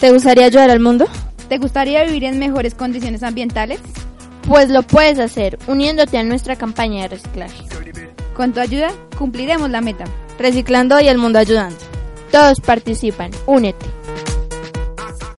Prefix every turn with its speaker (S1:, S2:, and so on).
S1: ¿Te gustaría ayudar al mundo?
S2: ¿Te gustaría vivir en mejores condiciones ambientales?
S3: Pues lo puedes hacer uniéndote a nuestra campaña de reciclaje.
S2: Con tu ayuda cumpliremos la meta.
S1: Reciclando y el mundo ayudando.
S3: Todos participan. Únete.